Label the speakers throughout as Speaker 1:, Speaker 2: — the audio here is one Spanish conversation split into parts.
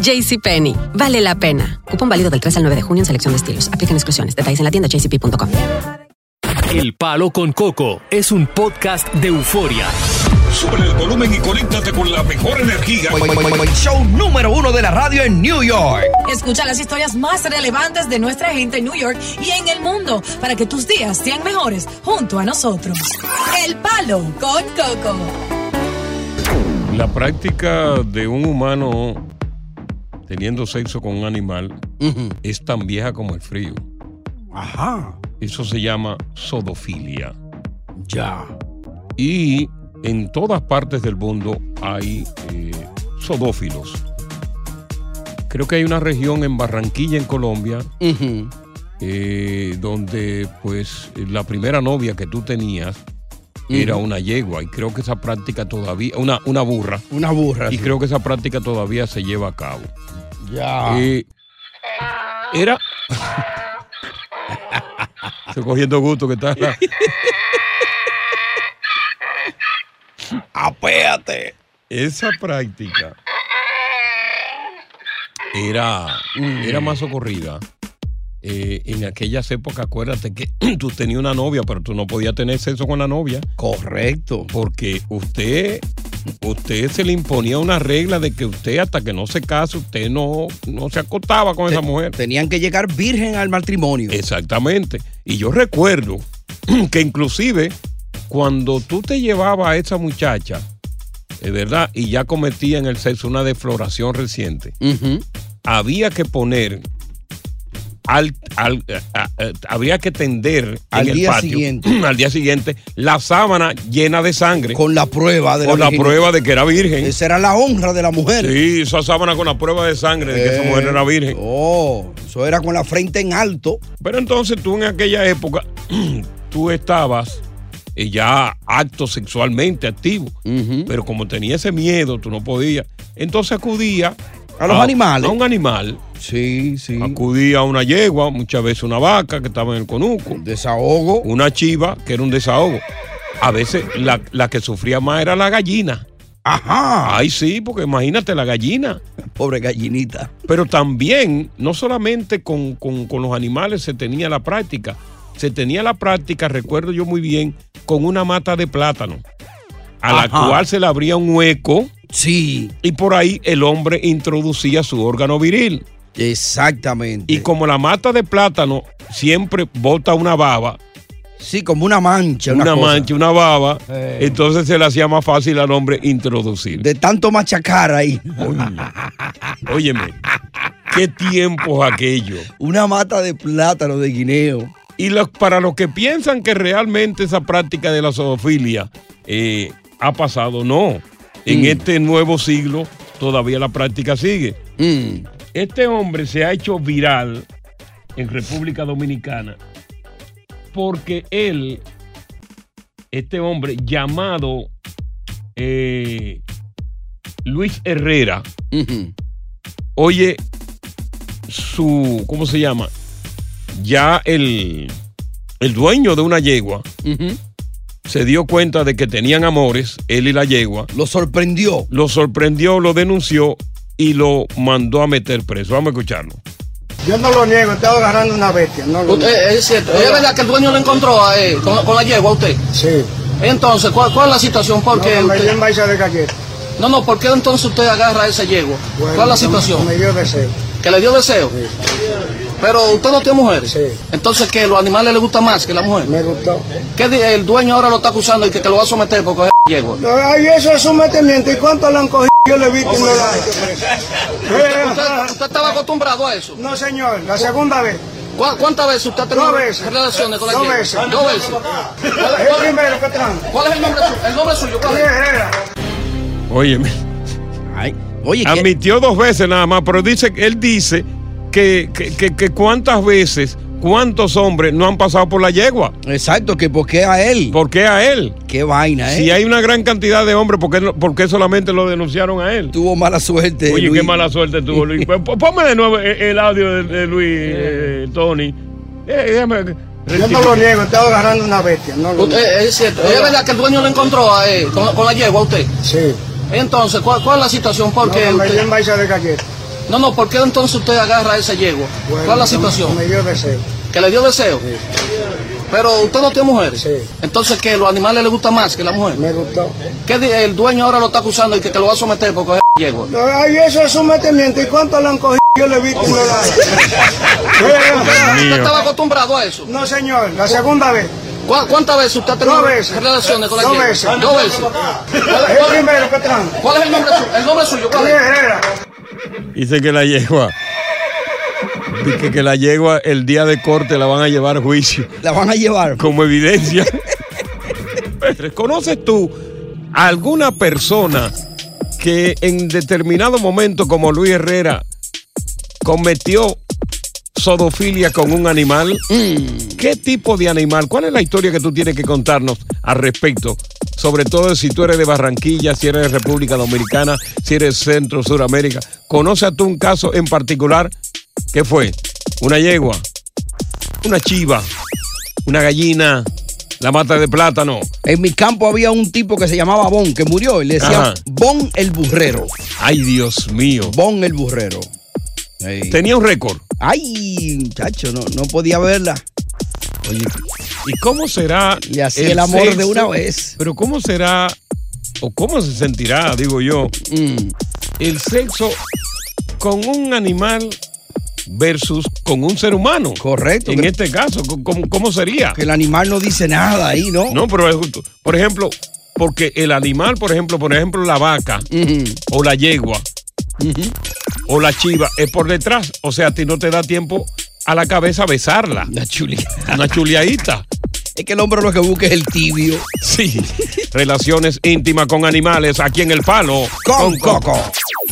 Speaker 1: JCPenney, vale la pena. Cupón válido del 3 al 9 de junio en selección de estilos. Aplican exclusiones. Detalles en la tienda jcp.com.
Speaker 2: El Palo con Coco es un podcast de euforia.
Speaker 3: Sube el volumen y conéctate con la mejor energía.
Speaker 4: Show número uno de la radio en New York.
Speaker 5: Escucha las historias más relevantes de nuestra gente en New York y en el mundo para que tus días sean mejores junto a nosotros. El Palo con Coco.
Speaker 6: La práctica de un humano teniendo sexo con un animal es tan vieja como el frío.
Speaker 7: Ajá.
Speaker 6: Eso se llama sodofilia.
Speaker 7: Ya.
Speaker 6: Y en todas partes del mundo hay eh, sodófilos. Creo que hay una región en Barranquilla, en Colombia, eh, donde pues la primera novia que tú tenías era
Speaker 7: Ujú.
Speaker 6: una yegua y creo que esa práctica todavía, una, una burra,
Speaker 7: Una burra.
Speaker 6: y
Speaker 7: sí.
Speaker 6: creo que esa práctica todavía se lleva a cabo.
Speaker 7: Ya.
Speaker 6: Eh, era. Estoy cogiendo gusto que está.
Speaker 7: Apéate.
Speaker 6: Esa práctica era, era más socorrida. Eh, en aquellas épocas, acuérdate que tú tenías una novia, pero tú no podías tener sexo con la novia
Speaker 7: Correcto.
Speaker 6: porque usted, usted se le imponía una regla de que usted hasta que no se case, usted no, no se acostaba con esa mujer.
Speaker 7: Tenían que llegar virgen al matrimonio.
Speaker 6: Exactamente. Y yo recuerdo que inclusive cuando tú te llevabas a esa muchacha, es verdad, y ya cometía en el sexo una defloración reciente,
Speaker 7: Ujú.
Speaker 6: había que poner, al, al- a- a- a- había que tender
Speaker 7: Al
Speaker 6: en el
Speaker 7: día
Speaker 6: patio,
Speaker 7: siguiente.
Speaker 6: al día siguiente, la sábana llena de sangre
Speaker 7: Con la prueba de
Speaker 6: por la
Speaker 7: virginidad.
Speaker 6: prueba de que era virgen.
Speaker 7: Esa era la honra de la mujer.
Speaker 6: Sí, esa sábana con la prueba de sangre de que esa
Speaker 7: Eh,
Speaker 6: mujer era virgen.
Speaker 7: Oh, eso era con la frente en alto.
Speaker 6: Pero entonces tú en aquella época, tú estabas eh, ya acto sexualmente activo, pero como tenía ese miedo, tú no podías. Entonces acudía
Speaker 7: A los animales.
Speaker 6: A un animal.
Speaker 7: Sí, sí.
Speaker 6: Acudía a una yegua, muchas veces una vaca que estaba en el conuco,
Speaker 7: Desahogo.
Speaker 6: una chiva que era un desahogo. A veces la, la que sufría más era la gallina.
Speaker 7: Ajá.
Speaker 6: Ay, sí, porque imagínate la gallina.
Speaker 7: Pobre gallinita.
Speaker 6: Pero también, no solamente con, con- con los animales se tenía la práctica, se tenía la práctica, recuerdo yo muy bien, con una mata de plátano, a la
Speaker 7: Ajá.
Speaker 6: cual se le abría un hueco
Speaker 7: Sí.
Speaker 6: y por ahí el hombre introducía su órgano viril.
Speaker 7: Exactamente.
Speaker 6: Y como la mata de plátano siempre bota una baba,
Speaker 7: sí, como una mancha.
Speaker 6: una,
Speaker 7: cosa.
Speaker 6: mancha, una baba,
Speaker 7: Eh.
Speaker 6: entonces se le hacía más fácil al hombre introducir.
Speaker 7: De tanto machacar ahí.
Speaker 6: Óyeme, qué tiempos aquellos.
Speaker 7: Una mata de plátano de guineo.
Speaker 6: Y los- para los que piensan que realmente esa práctica de la zoofilia eh, ha pasado, no. En
Speaker 7: Mm.
Speaker 6: este nuevo siglo todavía la práctica sigue.
Speaker 7: Mm.
Speaker 6: Este hombre se ha hecho viral en República Dominicana porque él, este hombre llamado eh, Luis Herrera,
Speaker 7: Ujú.
Speaker 6: oye su, ¿cómo se llama? Ya el, el dueño de una yegua
Speaker 7: Ujú.
Speaker 6: se dio cuenta de que tenían amores, él y la yegua,
Speaker 7: Lo sorprendió.
Speaker 6: lo sorprendió, lo denunció y lo mandó a meter preso. Vamos a escucharlo.
Speaker 8: Yo no lo niego, estoy agarrando una bestia. No lo
Speaker 9: Usted, es cierto. ¿Es verdad que el dueño lo encontró a, eh, con, con la yegua a usted? Sí. Entonces, ¿cuál, cuál es la situación? ¿Por qué
Speaker 8: No, me dio
Speaker 9: usted-
Speaker 8: en Baiza de galleta.
Speaker 9: No, no, ¿por qué entonces usted agarra esa yegua?
Speaker 8: Bueno,
Speaker 9: ¿Cuál es la
Speaker 8: no,
Speaker 9: situación?
Speaker 8: Me dio deseo.
Speaker 9: ¿Que le dio deseo? Pero usted no tiene mujeres. Entonces, ¿que los animales le gusta más que la mujer? Me gustó. ¿Qué di- el dueño ahora lo está acusando y que, que lo va a someter por coger yegua?
Speaker 8: No, Ay, eso es un metimiento. ¿Y cuánto le han cogido? Yo le vi que no la...
Speaker 9: ¿Usted, usted estaba acostumbrado a eso? No, señor, la segunda vez. ¿Cuántas veces usted ha tenido
Speaker 8: Dos veces.
Speaker 9: relaciones con la
Speaker 8: Dos
Speaker 9: yegua?
Speaker 8: veces.
Speaker 9: Dos veces. ¿Cuál,
Speaker 8: Es el primero que trajo.
Speaker 9: cuál es el nombre, su- el nombre suyo? ¿Cuál es?
Speaker 6: Oye, admitió dos veces nada más, pero dice, él dice que, que, que- que cuántas veces, cuántos hombres no han pasado por la yegua.
Speaker 7: Exacto, que por qué a él.
Speaker 6: ¿Por qué a él?
Speaker 7: Qué vaina, ¿eh?
Speaker 6: Si hay una gran cantidad de hombres, ¿por qué, no- por qué solamente lo denunciaron a él?
Speaker 7: Tuvo mala suerte.
Speaker 6: Oye,
Speaker 7: Este, Luis.
Speaker 6: qué mala suerte tuvo Luis. Pues, pon- Ponme de nuevo e- el audio de, de Luis, eh, Tony. Eh, déjame-
Speaker 8: Yo no lo niego, estoy agarrando una bestia. No lo
Speaker 9: Usted, eh,
Speaker 8: niego.
Speaker 9: es cierto. ¿Es verdad que el dueño lo encontró a, eh, con, con la yegua a usted? Sí. Entonces, ¿cuál, cuál es la situación? ¿Por qué
Speaker 8: No, no, me
Speaker 9: usted-
Speaker 8: dio en Baiza de galleta.
Speaker 9: No, no, ¿por qué entonces usted agarra esa yegua? ¿Cuál es la
Speaker 8: no,
Speaker 9: situación?
Speaker 8: Me dio deseo.
Speaker 9: ¿Que le dio deseo? Pero usted no tiene mujeres. Entonces, ¿que los animales le gusta más que la mujer? Me gustó. ¿Qué di- el dueño ahora lo está acusando y que, que lo va a someter por coger yegua?
Speaker 8: No, Ay, eso es un metimiento. ¿Y cuánto le han cogido? Yo le vi que no la...
Speaker 9: ¿Usted estaba acostumbrado a eso?
Speaker 8: No, señor, la segunda vez.
Speaker 9: ¿Cuántas veces usted ha tenido
Speaker 8: Dos veces.
Speaker 9: relaciones con la
Speaker 8: Dos
Speaker 9: yegua?
Speaker 8: veces.
Speaker 9: Dos veces.
Speaker 8: Es el primero que trajo.
Speaker 9: ¿Cuál es el nombre, su- el nombre suyo? ¿Cuál es?
Speaker 6: Dice que la yegua. Dice que la yegua el día de corte la van a llevar a juicio.
Speaker 7: La van a llevar.
Speaker 6: Como evidencia. Pero, ¿Conoces tú a alguna persona que en determinado momento, como Luis Herrera, cometió sodofilia con un animal? ¿Qué tipo de animal? ¿Cuál es la historia que tú tienes que contarnos al respecto? Sobre todo si tú eres de Barranquilla, si eres de República Dominicana, si eres Centro, Suramérica. ¿Conoce a tú un caso en particular? ¿Qué fue? ¿Una yegua? ¿Una chiva? ¿Una gallina? ¿La mata de plátano?
Speaker 7: En mi campo había un tipo que se llamaba Bon, que murió y le decía
Speaker 6: Ajá.
Speaker 7: Bon el burrero.
Speaker 6: Ay, Dios mío.
Speaker 7: Bon el burrero.
Speaker 6: Tenía un récord.
Speaker 7: Ay, muchacho, no, no podía verla.
Speaker 6: Oye, ¿y cómo será?
Speaker 7: Le hacía el amor de una vez.
Speaker 6: Pero ¿cómo será o cómo se sentirá, digo yo,
Speaker 7: Mm.
Speaker 6: el sexo con un animal versus con un ser humano? Correcto. En este caso, ¿cómo- ¿cómo, cómo sería?
Speaker 7: Que el animal no dice nada ahí, ¿no?
Speaker 6: No, pero es justo. Por ejemplo, porque el animal, por ejemplo, por ejemplo, la vaca o la yegua o la chiva es por detrás. O sea, a ti no te da tiempo a la cabeza besarla. Una chuleadita. Una chuleadita.
Speaker 7: Es que el hombre lo que busca es el tibio.
Speaker 6: Sí. Relaciones íntimas con animales aquí en El Palo con, Coco.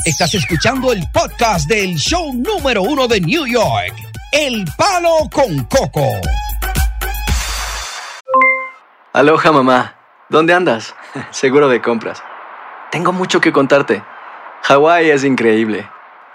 Speaker 4: Estás escuchando el podcast del show número uno de New York, El Palo con Coco.
Speaker 10: Aloha mamá, ¿dónde andas? Seguro de compras. Tengo mucho que contarte. Hawái es increíble.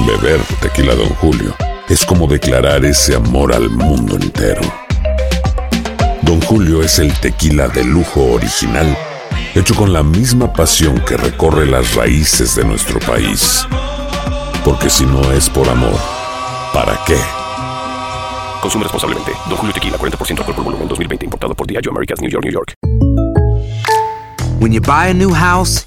Speaker 11: Beber tequila, Don Julio, es como declarar ese amor al mundo entero. Don Julio es el tequila de lujo original, hecho con la misma pasión que recorre las raíces de nuestro país. Porque si no es por amor, ¿para qué?
Speaker 12: Consume responsablemente. Don Julio Tequila 40% alcohol por volumen 2020 importado por Diageo Americas New York, New York.
Speaker 13: When you buy a new house,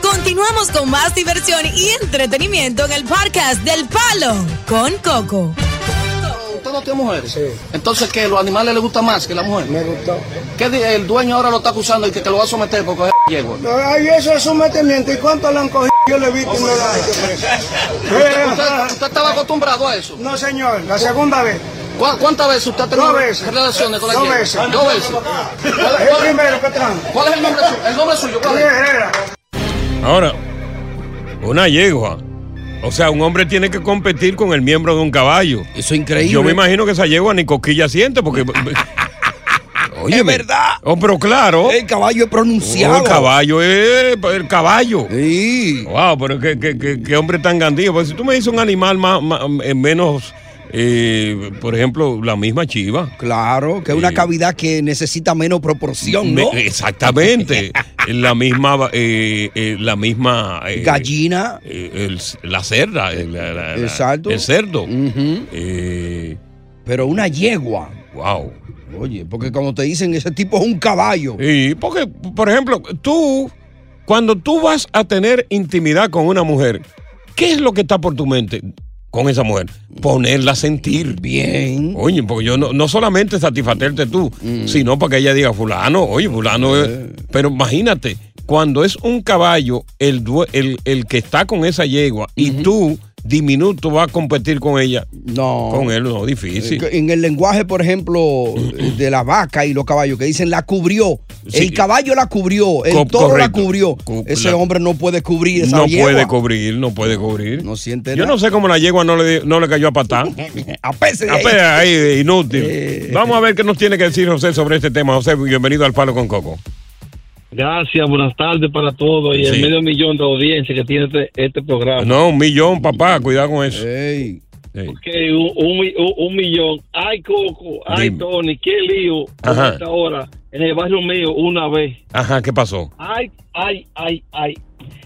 Speaker 5: Continuamos con más diversión y entretenimiento en el podcast del Palo con Coco.
Speaker 9: Usted todo tiene mujeres. Entonces, que los animales les gusta más que la mujer. Me gustó. Que di- el dueño ahora lo está acusando y que, que lo va a someter porque es yegua.
Speaker 8: Ay, eso es un metimiento. ¿Y cuánto lo han cogido? Yo le he visto y no lo han hecho preso.
Speaker 9: ¿Usted, usted estaba acostumbrado a eso? No, señor. La segunda vez. ¿Cuántas veces usted ha tenido
Speaker 8: Dos veces.
Speaker 9: relaciones con la
Speaker 8: Dos
Speaker 9: yegua?
Speaker 8: veces.
Speaker 9: Dos veces. ¿Cuál,
Speaker 8: El primero,
Speaker 9: cuál, cuál es el nombre suyo? ¿El nombre suyo? ¿Cuál
Speaker 8: Luis
Speaker 9: es?
Speaker 8: Herrera.
Speaker 6: Ahora, una yegua. O sea, un hombre tiene que competir con el miembro de un caballo. Eso es increíble. Yo me imagino que esa yegua ni cosquilla siente porque... Oye, es verdad. Oh, pero claro. El caballo es pronunciado. el caballo es el caballo. Sí. Wow, pero qué, qué- qué- qué hombre tan gandido. Porque si tú me dices un animal más, más- eh, menos, eh, por ejemplo, la misma chiva. Claro,
Speaker 7: Que es una cavidad que necesita menos proporción,
Speaker 6: Me-
Speaker 7: ¿no?
Speaker 6: Exactamente. la misma, eh, eh, la misma eh,
Speaker 7: Gallina.
Speaker 6: eh, el- la cerda, el, la- la- la-
Speaker 7: Exacto.
Speaker 6: el cerdo. Eh,
Speaker 7: Ujú. Pero una yegua.
Speaker 6: Wow.
Speaker 7: Oye, porque cuando te dicen ese tipo es un caballo.
Speaker 6: Y porque, por ejemplo, tú, cuando tú vas a tener intimidad con una mujer, ¿qué es lo que está por tu mente con esa mujer? Ponerla a sentir. Bien. Mm. Oye, porque yo no, no solamente satisfacerte tú, sino para que ella diga, fulano, oye, fulano. es-". Pero imagínate, cuando es un caballo, el, due- el, el que está con esa yegua y tú, diminuto, vas a competir con ella. No. Eh, Con él, no, difícil.
Speaker 7: eh, En el lenguaje, por ejemplo, eh, de la vaca y los caballos, que dicen la cubrió. El caballo la cubrió, el
Speaker 6: Co-
Speaker 7: toro la
Speaker 6: correcto.
Speaker 7: cubrió. Ese
Speaker 6: la-
Speaker 7: hombre no puede cubrir esa
Speaker 6: no
Speaker 7: yegua.
Speaker 6: puede cubrir, no puede cubrir.
Speaker 7: No siente
Speaker 6: Yo
Speaker 7: nada.
Speaker 6: no sé cómo la yegua no le, no le cayó a patá.
Speaker 7: Apese de ahí. Eh.
Speaker 6: Ape- ahí, inútil. Vamos a ver qué nos tiene que decir José sobre este tema. José, bienvenido al Palo con Coco.
Speaker 14: Gracias, buenas tardes para todos y
Speaker 6: Sí.
Speaker 14: el medio millón de audiencia que tiene este, este programa.
Speaker 6: No, un millón, papá, cuidado con eso. Ey.
Speaker 14: Ok, un, un mi- un- un millón. Ay, Coco, ay,
Speaker 6: Dime.
Speaker 14: Tony, qué lío.
Speaker 6: Ajá.
Speaker 14: Hasta ahora, en el barrio mío, una vez.
Speaker 6: Ajá, ¿qué pasó?
Speaker 14: Ay, ay, ay, ay.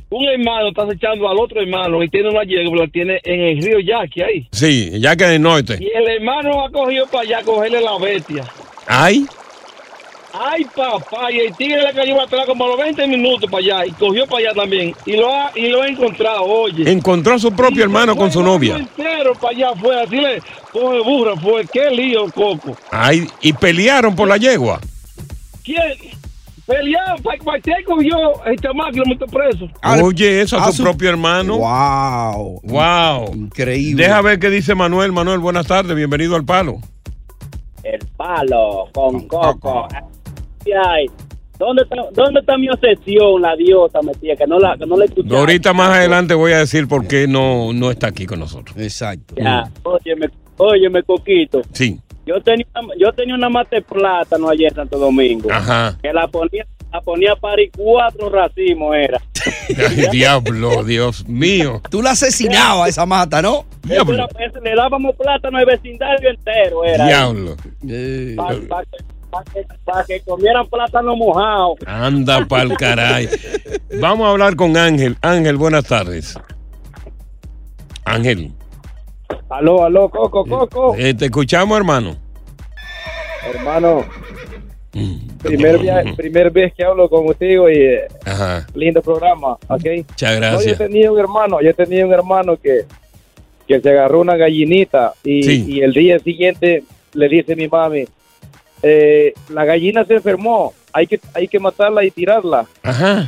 Speaker 14: Un hermano está acechando al otro hermano y tiene una yegua, la tiene en el río Yaqui ahí.
Speaker 6: Sí, ya que en el norte.
Speaker 14: Y el hermano ha cogido para allá a cogerle la bestia.
Speaker 6: Ay,
Speaker 14: Ay, papá, y el tigre le cayó atrás como a los 20 minutos para allá y cogió para allá también. Y lo ha, y lo ha encontrado, oye.
Speaker 6: encontró a su propio hermano con su
Speaker 14: El
Speaker 6: novia.
Speaker 14: entero para allá afuera, así le coge burra, fue. Qué lío, Coco.
Speaker 6: Ay, y pelearon por la yegua.
Speaker 14: ¿Quién? Pelearon, pa- Pacheco cogió el chamaco y lo metió preso.
Speaker 6: Oye, eso a su propio hermano. Wow. Wow. Increíble. Deja ver qué dice Manuel. Manuel, buenas tardes, bienvenido al Palo.
Speaker 15: El palo con coco. Ay, ay. ¿Dónde está, ¿Dónde está mi obsesión, la diosa metida? Que no la, que no la escuché.
Speaker 6: Ahorita más adelante voy a decir por qué no, no está aquí con nosotros.
Speaker 7: Exacto.
Speaker 15: Ya, óyeme, óyeme, Coquito.
Speaker 6: Sí.
Speaker 15: Yo tenía, yo tenía una mate plátano ayer en Santo Domingo.
Speaker 6: Ajá.
Speaker 15: Que la ponía, la ponía a parir cuatro racimos, era.
Speaker 6: Ay, diablo, Dios mío.
Speaker 7: Tú la asesinabas a esa mata, ¿no?
Speaker 15: Eso era- eso- le dábamos plátano al vecindario entero, era.
Speaker 14: ¿eh?
Speaker 6: Diablo.
Speaker 7: Eh,
Speaker 15: Para que, pa' que- pa' que comieran plátano mojado.
Speaker 6: Anda pa'l caray. Vamos a hablar con Ángel. Ángel, buenas tardes. Ángel,
Speaker 16: Aló, aló, Coco, Coco.
Speaker 6: eh, te escuchamos, hermano.
Speaker 16: Hermano,
Speaker 6: Mm.
Speaker 16: primer, via- primer vez que hablo con contigo y eh,
Speaker 6: Ajá.
Speaker 16: lindo programa, ¿ok?
Speaker 6: Muchas
Speaker 16: No, yo
Speaker 6: gracias.
Speaker 16: tenía un hermano, yo tenía un hermano que, que se agarró una gallinita y,
Speaker 6: Sí.
Speaker 16: y el día siguiente le dice mi mami, eh, la gallina se enfermó, hay que, hay que matarla y tirarla.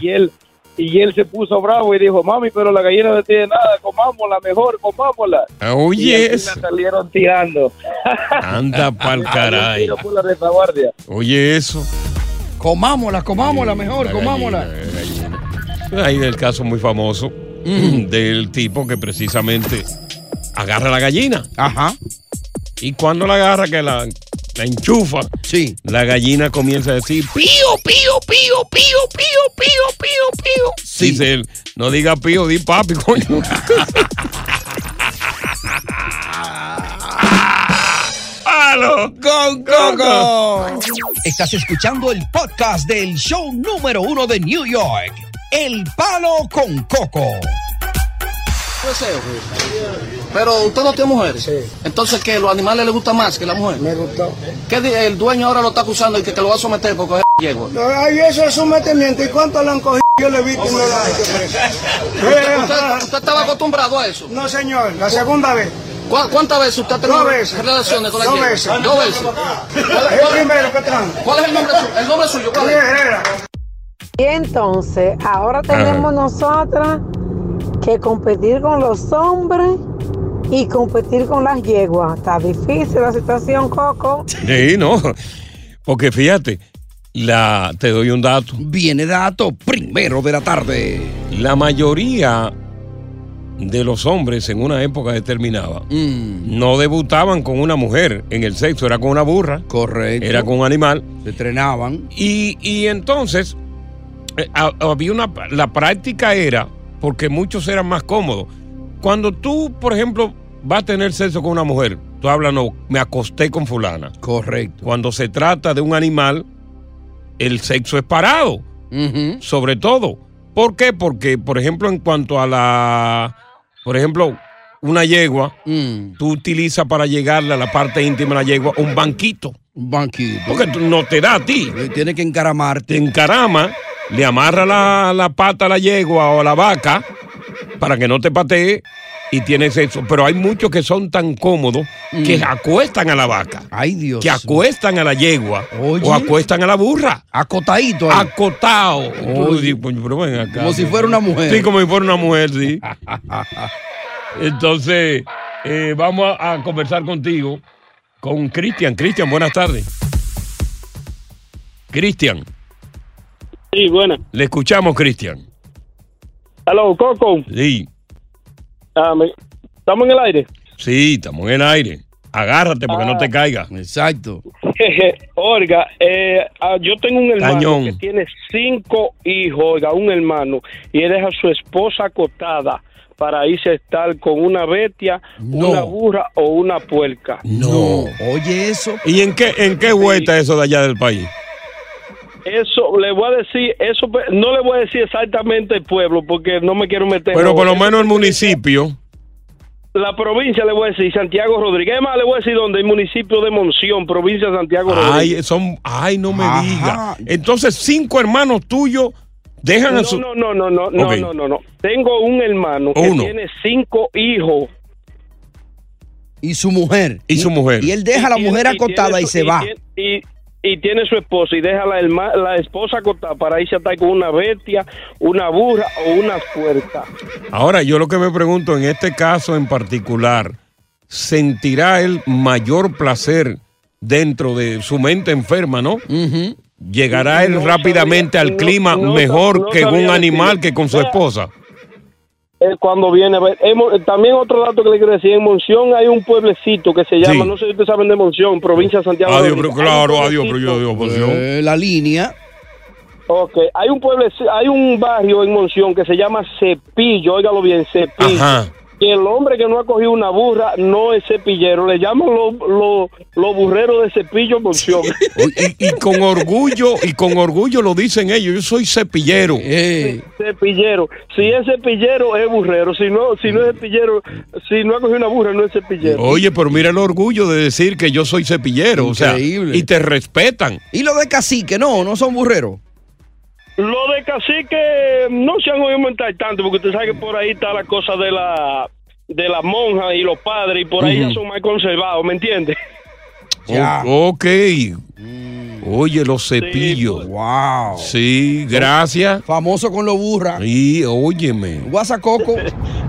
Speaker 16: Y él y él se puso bravo y dijo, mami, pero la gallina no tiene nada, comámosla mejor, comámosla. y al
Speaker 6: Ah, Oye,
Speaker 16: fin
Speaker 6: eso. Ah,
Speaker 16: la salieron tirando.
Speaker 6: anda pa'l caray.
Speaker 16: Tiro por la retaguardia.
Speaker 6: Oye, eso.
Speaker 7: Comámosla, comámosla mejor, comámosla.
Speaker 6: Hay el caso muy famoso del tipo que precisamente agarra la gallina. Ajá. Y cuando la agarra, que la, la enchufa, sí. la gallina comienza a decir, ¡Pi!
Speaker 17: Pío, pío, pío, pío, pío, pío, pío, pío.
Speaker 6: Dice él, no diga pío, di papi, coño.
Speaker 13: ¡Palo con
Speaker 7: Coco!
Speaker 13: Estás escuchando el podcast del show número uno de New York, El Palo con Coco.
Speaker 9: deseo. Pero usted no tiene mujeres. Entonces, que los animales les gusta más que la mujer. Me gustó. Que di- el dueño ahora lo está acusando y que, que lo va a someter porque es yegua.
Speaker 8: Ay, eso es un metimiento. ¿Y cuánto lo han cogido? Yo le he visto y no lo han hecho preso.
Speaker 9: ¿Usted, usted estaba acostumbrado a eso?
Speaker 8: No, señor. La segunda vez.
Speaker 9: ¿Cu- ¿Cuántas veces usted ha tenido
Speaker 8: Dos veces.
Speaker 9: relaciones con la
Speaker 8: Dos
Speaker 9: hiena?
Speaker 8: veces.
Speaker 9: Dos veces.
Speaker 8: El primero, Catrán.
Speaker 9: ¿Cuál es el nombre suyo? ¿El nombre suyo cuál es?
Speaker 18: Y entonces, ahora tenemos nosotras que competir con los hombres y competir con las yeguas. Está difícil la situación, Coco.
Speaker 6: Sí, no. Porque fíjate, la, te doy un dato. Viene dato primero de la tarde. La mayoría de los hombres en una época determinada
Speaker 7: Mm.
Speaker 6: no debutaban con una mujer en el sexo, era con una burra. Correcto. Era con un animal. Se entrenaban. Y, y entonces eh, ha- había una la práctica era porque muchos eran más cómodos. Cuando tú, por ejemplo, vas a tener sexo con una mujer, tú hablas no, me acosté con fulana. Correcto. Cuando se trata de un animal, el sexo es parado. Sobre todo. ¿Por qué? Porque, por ejemplo, en cuanto a la. Por ejemplo, una yegua, tú utilizas para llegarle a la parte íntima de la yegua un banquito. Un banquito. Porque tú- no te da a ti. Tiene que encaramarte. Te encarama, le amarra la, la pata a la yegua o a la vaca para que no te patee y tienes eso. Pero hay muchos que son tan cómodos que acuestan a la vaca. Ay, Dios. Que acuestan a la yegua o acuestan a la burra. Acotadito. Acotado. Tú dices, "Coño, pero ven acá".
Speaker 7: Ah, Como si fuera una mujer.
Speaker 6: Sí, como si fuera una mujer, sí. Entonces, eh, vamos a, a conversar contigo con Cristian. Cristian, buenas tardes. Cristian.
Speaker 14: Sí, buena.
Speaker 6: Le escuchamos, Cristian.
Speaker 14: Hello, Coco.
Speaker 6: Sí.
Speaker 14: Ah, me- ¿Estamos en el aire? Ah.
Speaker 6: Sí, estamos en el aire. Agárrate porque no te caiga. Exacto.
Speaker 14: Oiga, eh, ah, yo tengo un hermano
Speaker 6: Cañón.
Speaker 14: que tiene cinco hijos, oiga, un hermano, y él deja a su esposa acotada para irse a estar con una bestia, una burra o una puerca.
Speaker 6: No. Oye eso. ¿Y en qué, en qué vuelta eso de allá del país?
Speaker 14: Eso, le voy a decir, eso pe- no le voy a decir exactamente el pueblo porque no me quiero meter.
Speaker 6: Pero por lo
Speaker 14: ahora.
Speaker 6: menos el municipio.
Speaker 14: La provincia le voy a decir, Santiago Rodríguez. Es más, le voy a decir dónde, el municipio de Monción, provincia de Santiago Rodríguez.
Speaker 6: Ay, son, ay, no me digas. Entonces, cinco hermanos tuyos dejan
Speaker 14: Ah, no,
Speaker 6: a su.
Speaker 14: no, no, no, no, no,
Speaker 6: Ok.
Speaker 14: no, no, no. Tengo un hermano que
Speaker 6: Uno.
Speaker 14: tiene cinco hijos.
Speaker 7: Y su mujer.
Speaker 6: Y su mujer.
Speaker 7: Y él deja a la
Speaker 14: Y-
Speaker 7: mujer
Speaker 14: y
Speaker 7: acotada
Speaker 14: tiene
Speaker 7: y
Speaker 14: su-
Speaker 7: se va.
Speaker 14: tiene- Y, y tiene su esposa y deja la, herma- la esposa acotada para irse a estar con una bestia, una burra o una puerta.
Speaker 6: Ahora, yo lo que me pregunto en este caso en particular, ¿sentirá el mayor placer dentro de su mente enferma, no? ¿Llegará él
Speaker 14: No
Speaker 6: rápidamente
Speaker 14: sabía-
Speaker 6: al
Speaker 14: no-
Speaker 6: clima
Speaker 14: no
Speaker 6: mejor
Speaker 14: sab- no
Speaker 6: que un
Speaker 14: sabía
Speaker 6: animal
Speaker 14: decir.
Speaker 6: que con su esposa?
Speaker 14: Él cuando viene a ver. en Mon- eh, también otro dato que le quiero decir, en Monción hay un pueblecito que se llama, no sé si ustedes saben de Monción, provincia de Santiago.
Speaker 6: Adiós,
Speaker 14: Rodríguez.
Speaker 6: pero
Speaker 14: Hay un
Speaker 6: claro, adiós,
Speaker 14: pueblecito-
Speaker 6: pero yo digo, pues, yo-
Speaker 7: Eh, la línea.
Speaker 14: Ok, hay un pueblo, hay un barrio en Monción que se llama Cepillo, óigalo bien, Cepillo.
Speaker 6: Ajá.
Speaker 14: Que el hombre que no ha cogido una burra no es cepillero, le llaman los los- los burreros de Cepillo Monción.
Speaker 6: Y, y con orgullo, y con orgullo lo dicen ellos, yo soy cepillero.
Speaker 14: cepillero, si es cepillero es burrero, si no si no es cepillero, si no ha cogido una burra no es cepillero.
Speaker 6: Oye, pero mira el orgullo de decir que yo soy cepillero, o sea, y te respetan.
Speaker 7: Y lo de cacique, no, no son burreros.
Speaker 14: Lo de cacique no se han oído aumentar tanto, porque usted sabe que por ahí está la cosa de la de la monja y los padres, y por ahí
Speaker 6: Ujú.
Speaker 14: ya son más conservados, ¿me entiendes?
Speaker 6: O- ok.
Speaker 7: Mm.
Speaker 6: Oye, los cepillos.
Speaker 7: wow.
Speaker 6: Sí, gracias.
Speaker 7: pues. Famoso con lo burra.
Speaker 6: Y óyeme.
Speaker 7: WhatsApp Coco.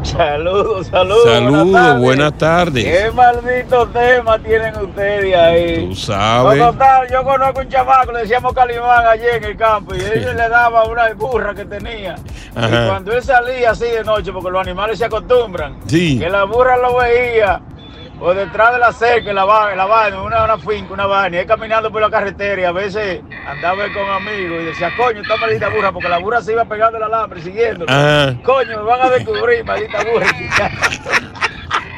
Speaker 19: Saludos, saludos.
Speaker 6: Saludos, buenas tardes.
Speaker 19: Qué maldito tema tienen ustedes ahí.
Speaker 6: Tú sabes.
Speaker 19: No, total, yo conozco un chamaco, le decíamos Calimán ayer en el campo y él le daba una burra que tenía.
Speaker 6: Ajá.
Speaker 19: Y cuando él salía así de noche, porque los animales se acostumbran,
Speaker 6: Sí.
Speaker 19: que la burra lo veía por detrás de la cerca, la vaina, la vaina, una, una finca, una vaina, y él caminando por la carretera y a veces andaba él con amigos y decía, coño, esta maldita burra, porque la burra se iba pegando el alambre, siguiéndolo.
Speaker 6: Ajá.
Speaker 19: Coño, me van a descubrir, maldita burra.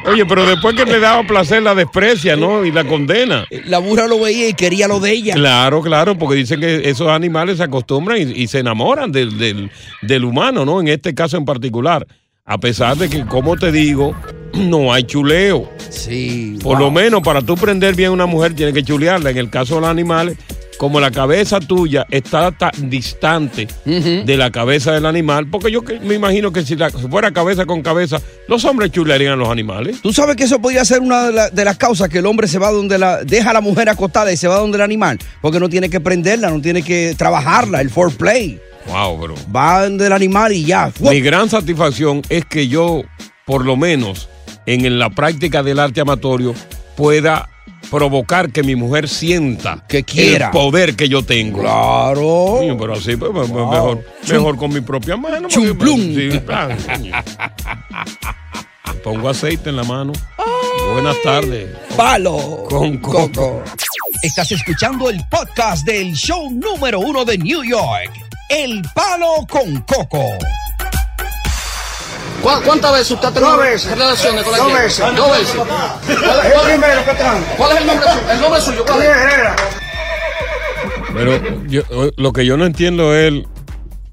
Speaker 6: Oye, pero después que le daba placer la desprecia, ¿no? Y la condena.
Speaker 7: La burra lo veía y quería lo de ella.
Speaker 6: Claro, claro, porque dicen que esos animales se acostumbran y, y se enamoran del, del- del humano, ¿no? En este caso en particular. A pesar de que, como te digo, no hay chuleo.
Speaker 7: Sí.
Speaker 6: Por lo menos para tú prender bien a una mujer tienes que chulearla. En el caso de los animales, como la cabeza tuya está tan distante de la cabeza del animal, porque yo que- me imagino que si la- si fuera cabeza con cabeza, los hombres chulearían a los animales.
Speaker 7: ¿Tú sabes que eso podría ser una de, la- de las causas que el hombre se va donde la. deja a la mujer acostada y se va donde el animal? Porque no tiene que prenderla, no tiene que trabajarla, el foreplay.
Speaker 6: Wow, bro.
Speaker 7: Va donde el animal y ya.
Speaker 6: Mi gran satisfacción es que yo, por lo menos en la práctica del arte amatorio, pueda provocar que mi mujer sienta que
Speaker 7: quiera.
Speaker 6: el poder que yo tengo.
Speaker 7: Claro.
Speaker 6: pero así, pues, pues, mejor, mejor con mi propia mano. porque- Sí, claro, coño. Pongo aceite en la mano. Buenas tardes.
Speaker 7: Palo
Speaker 6: Con coco.
Speaker 4: Estás escuchando el podcast del show número uno de New York, El Palo con Coco.
Speaker 9: ¿Cu- ¿Cuántas veces usted ha tenido relaciones con la
Speaker 8: Dos
Speaker 9: gente?
Speaker 8: veces.
Speaker 9: Dos veces.
Speaker 8: Es el primero que trajo.
Speaker 9: ¿Cuál es el nombre suyo? El nombre suyo, ¿cuál es?
Speaker 6: Pero yo- lo que yo no entiendo es, él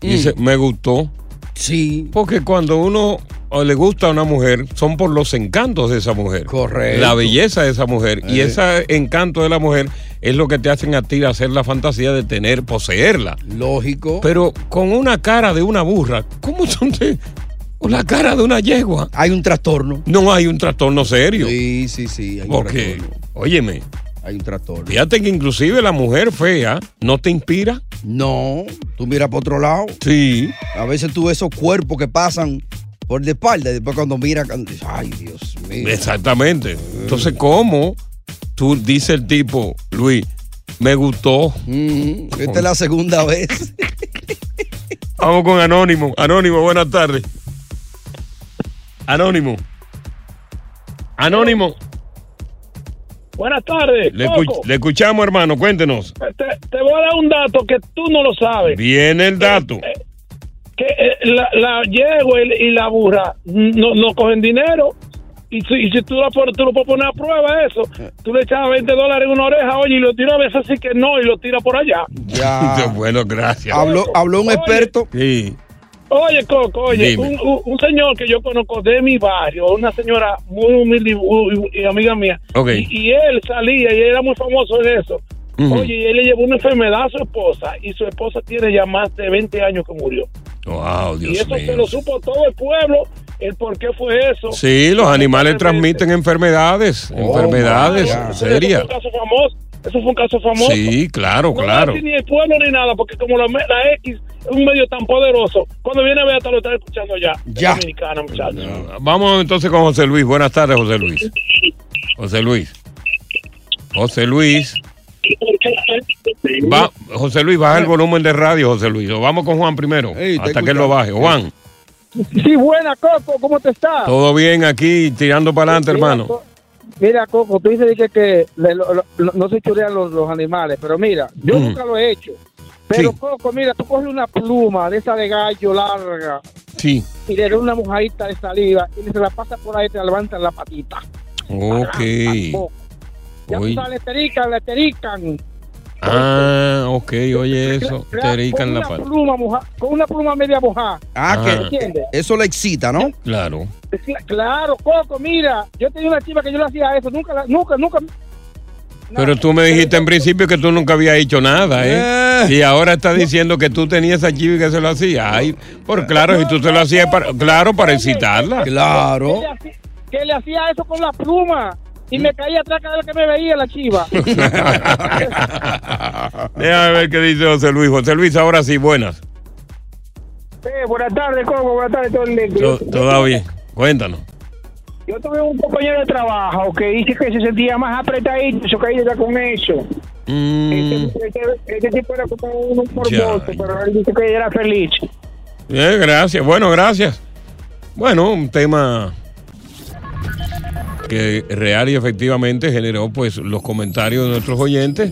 Speaker 6: dice, me gustó.
Speaker 7: Mm. Sí.
Speaker 6: Porque cuando uno le gusta a una mujer, son por los encantos de esa mujer.
Speaker 7: Correcto.
Speaker 6: La belleza de esa mujer. Y
Speaker 7: Eh.
Speaker 6: ese encanto de la mujer es lo que te hacen a ti hacer la fantasía de tener, poseerla.
Speaker 7: Lógico.
Speaker 6: Pero con una cara de una burra, ¿cómo son de- o la cara de una yegua?
Speaker 7: Hay un trastorno.
Speaker 6: No hay un trastorno serio.
Speaker 7: Sí, sí, sí. un
Speaker 6: Porque, óyeme.
Speaker 7: Hay un trastorno.
Speaker 6: Fíjate que inclusive la mujer fea no te inspira.
Speaker 7: No, tú miras para otro lado.
Speaker 6: Sí.
Speaker 7: A veces tú ves esos cuerpos que pasan por de espalda y después cuando miras, ay Dios mío.
Speaker 6: Exactamente. Entonces, ¿cómo tú dice el tipo, Luis, me gustó?
Speaker 7: Esta es este la segunda vez.
Speaker 6: Vamos con Anónimo. Anónimo, buenas tardes. Anónimo. Anónimo.
Speaker 20: Buenas tardes.
Speaker 6: Le,
Speaker 20: Coco.
Speaker 6: escu- le escuchamos, hermano. Cuéntenos.
Speaker 20: te, te voy a dar un dato que tú no lo sabes.
Speaker 6: Viene el dato.
Speaker 20: eh. Que eh, la, la yegua y, y la burra no, no cogen dinero. Y si, y si tú, la, pones- tú lo puedes poner a prueba eso, tú le echas 20 dólares en una oreja, oye, y lo tira a veces así que no, y lo tira por allá.
Speaker 7: Ya.
Speaker 6: bueno, gracias.
Speaker 7: Habló, habló un experto.
Speaker 6: Sí.
Speaker 20: Oye, Coco, oye,
Speaker 7: Dime.
Speaker 20: un, un- un señor que yo conozco de mi barrio, una señora muy humilde y, y- y amiga mía,
Speaker 6: Ok.
Speaker 20: y, y él salía y era muy famoso en eso.
Speaker 6: Ujú.
Speaker 20: Oye, y él le llevó una enfermedad a su esposa y su esposa tiene ya más de 20 años que murió.
Speaker 6: Wow,
Speaker 20: y
Speaker 6: Oh, Dios
Speaker 20: eso
Speaker 6: mío.
Speaker 20: se lo supo todo el pueblo, el por qué fue eso.
Speaker 6: Sí, los animales transmiten enfermedades. enfermedades
Speaker 20: Eso fue
Speaker 6: serias.
Speaker 20: un caso famoso, Eso fue un caso famoso.
Speaker 6: Sí, claro,
Speaker 20: No
Speaker 6: claro.
Speaker 20: nace ni el pueblo ni nada, porque como la, me- la X es un medio tan poderoso, cuando viene a ver hasta lo está escuchando ya.
Speaker 6: Ya.
Speaker 20: Es Dominicana, muchachos.
Speaker 6: Vamos entonces con José Luis. Buenas tardes, José Luis. José Luis. José Luis. Va, José Luis, baja el volumen de radio, José Luis. O Vamos con Juan primero, hasta que él lo baje. Juan,
Speaker 1: Sí, buena, Coco, ¿cómo te está?
Speaker 6: todo bien aquí, tirando para adelante, hermano.
Speaker 1: Mira, Coco, tú dices dije, que le- lo- lo- lo- no se chulean los, los animales, pero mira, yo
Speaker 6: Mm.
Speaker 1: nunca lo he hecho. Pero, Coco, mira, tú coges una pluma de esa de gallo larga
Speaker 6: Sí.
Speaker 1: y le das una mojadita de saliva y se la pasa por ahí y te levantan la patita.
Speaker 6: Ok.
Speaker 1: Ya tú
Speaker 6: Oye.
Speaker 1: sabes, le esterican, le esterican.
Speaker 6: Ah, ok, oye eso.
Speaker 1: Crea-
Speaker 6: Te erican
Speaker 1: con
Speaker 6: la
Speaker 1: una
Speaker 6: pata.
Speaker 1: pluma moja- Con una pluma media mojada.
Speaker 6: Ah, que-
Speaker 1: ¿Entiendes?
Speaker 7: Eso le excita, ¿no?
Speaker 6: Claro.
Speaker 1: Cla- Claro, Coco, mira, yo tenía una chica que yo le hacía eso, nunca, la- nunca, nunca.
Speaker 6: Pero tú me dijiste en principio que tú nunca habías hecho nada, ¿eh? Y ahora estás diciendo que tú tenías a Chivi que se lo hacía. Ay, por claro, si tú se lo hacías para, claro, para excitarla.
Speaker 1: Que le hacía- Que le hacía eso con la pluma y me caía atrás cada vez que me veía la chiva.
Speaker 6: Déjame ver qué dice José Luis. José Luis, ahora sí, buenas.
Speaker 1: buenas tardes, Coco, buenas tardes, todo el
Speaker 6: To- Todo bien. Cuéntanos.
Speaker 1: Yo tuve un compañero de trabajo que dice que se sentía más apretadito, se caía ya con eso. Este, este- este tipo era como un morboso, pero él dice que era feliz.
Speaker 6: Eh, gracias. Bueno, gracias. Bueno, un tema que real y efectivamente generó pues los comentarios de nuestros oyentes.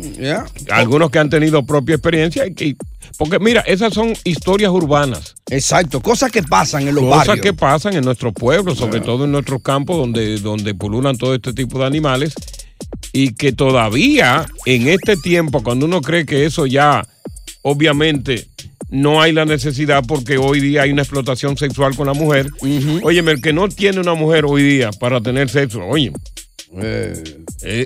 Speaker 6: Algunos que han tenido propia experiencia y que- porque mira, esas son historias urbanas.
Speaker 7: Exacto, cosas que pasan en los
Speaker 6: Cosas
Speaker 7: barrios.
Speaker 6: que pasan en nuestros pueblos, sobre todo en nuestros campos donde, donde pululan todo este tipo de animales y que todavía en este tiempo, cuando uno cree que eso ya, obviamente, no hay la necesidad porque hoy día hay una explotación sexual con la mujer. Óyeme, el que no tiene una mujer hoy día para tener sexo, oye, eh,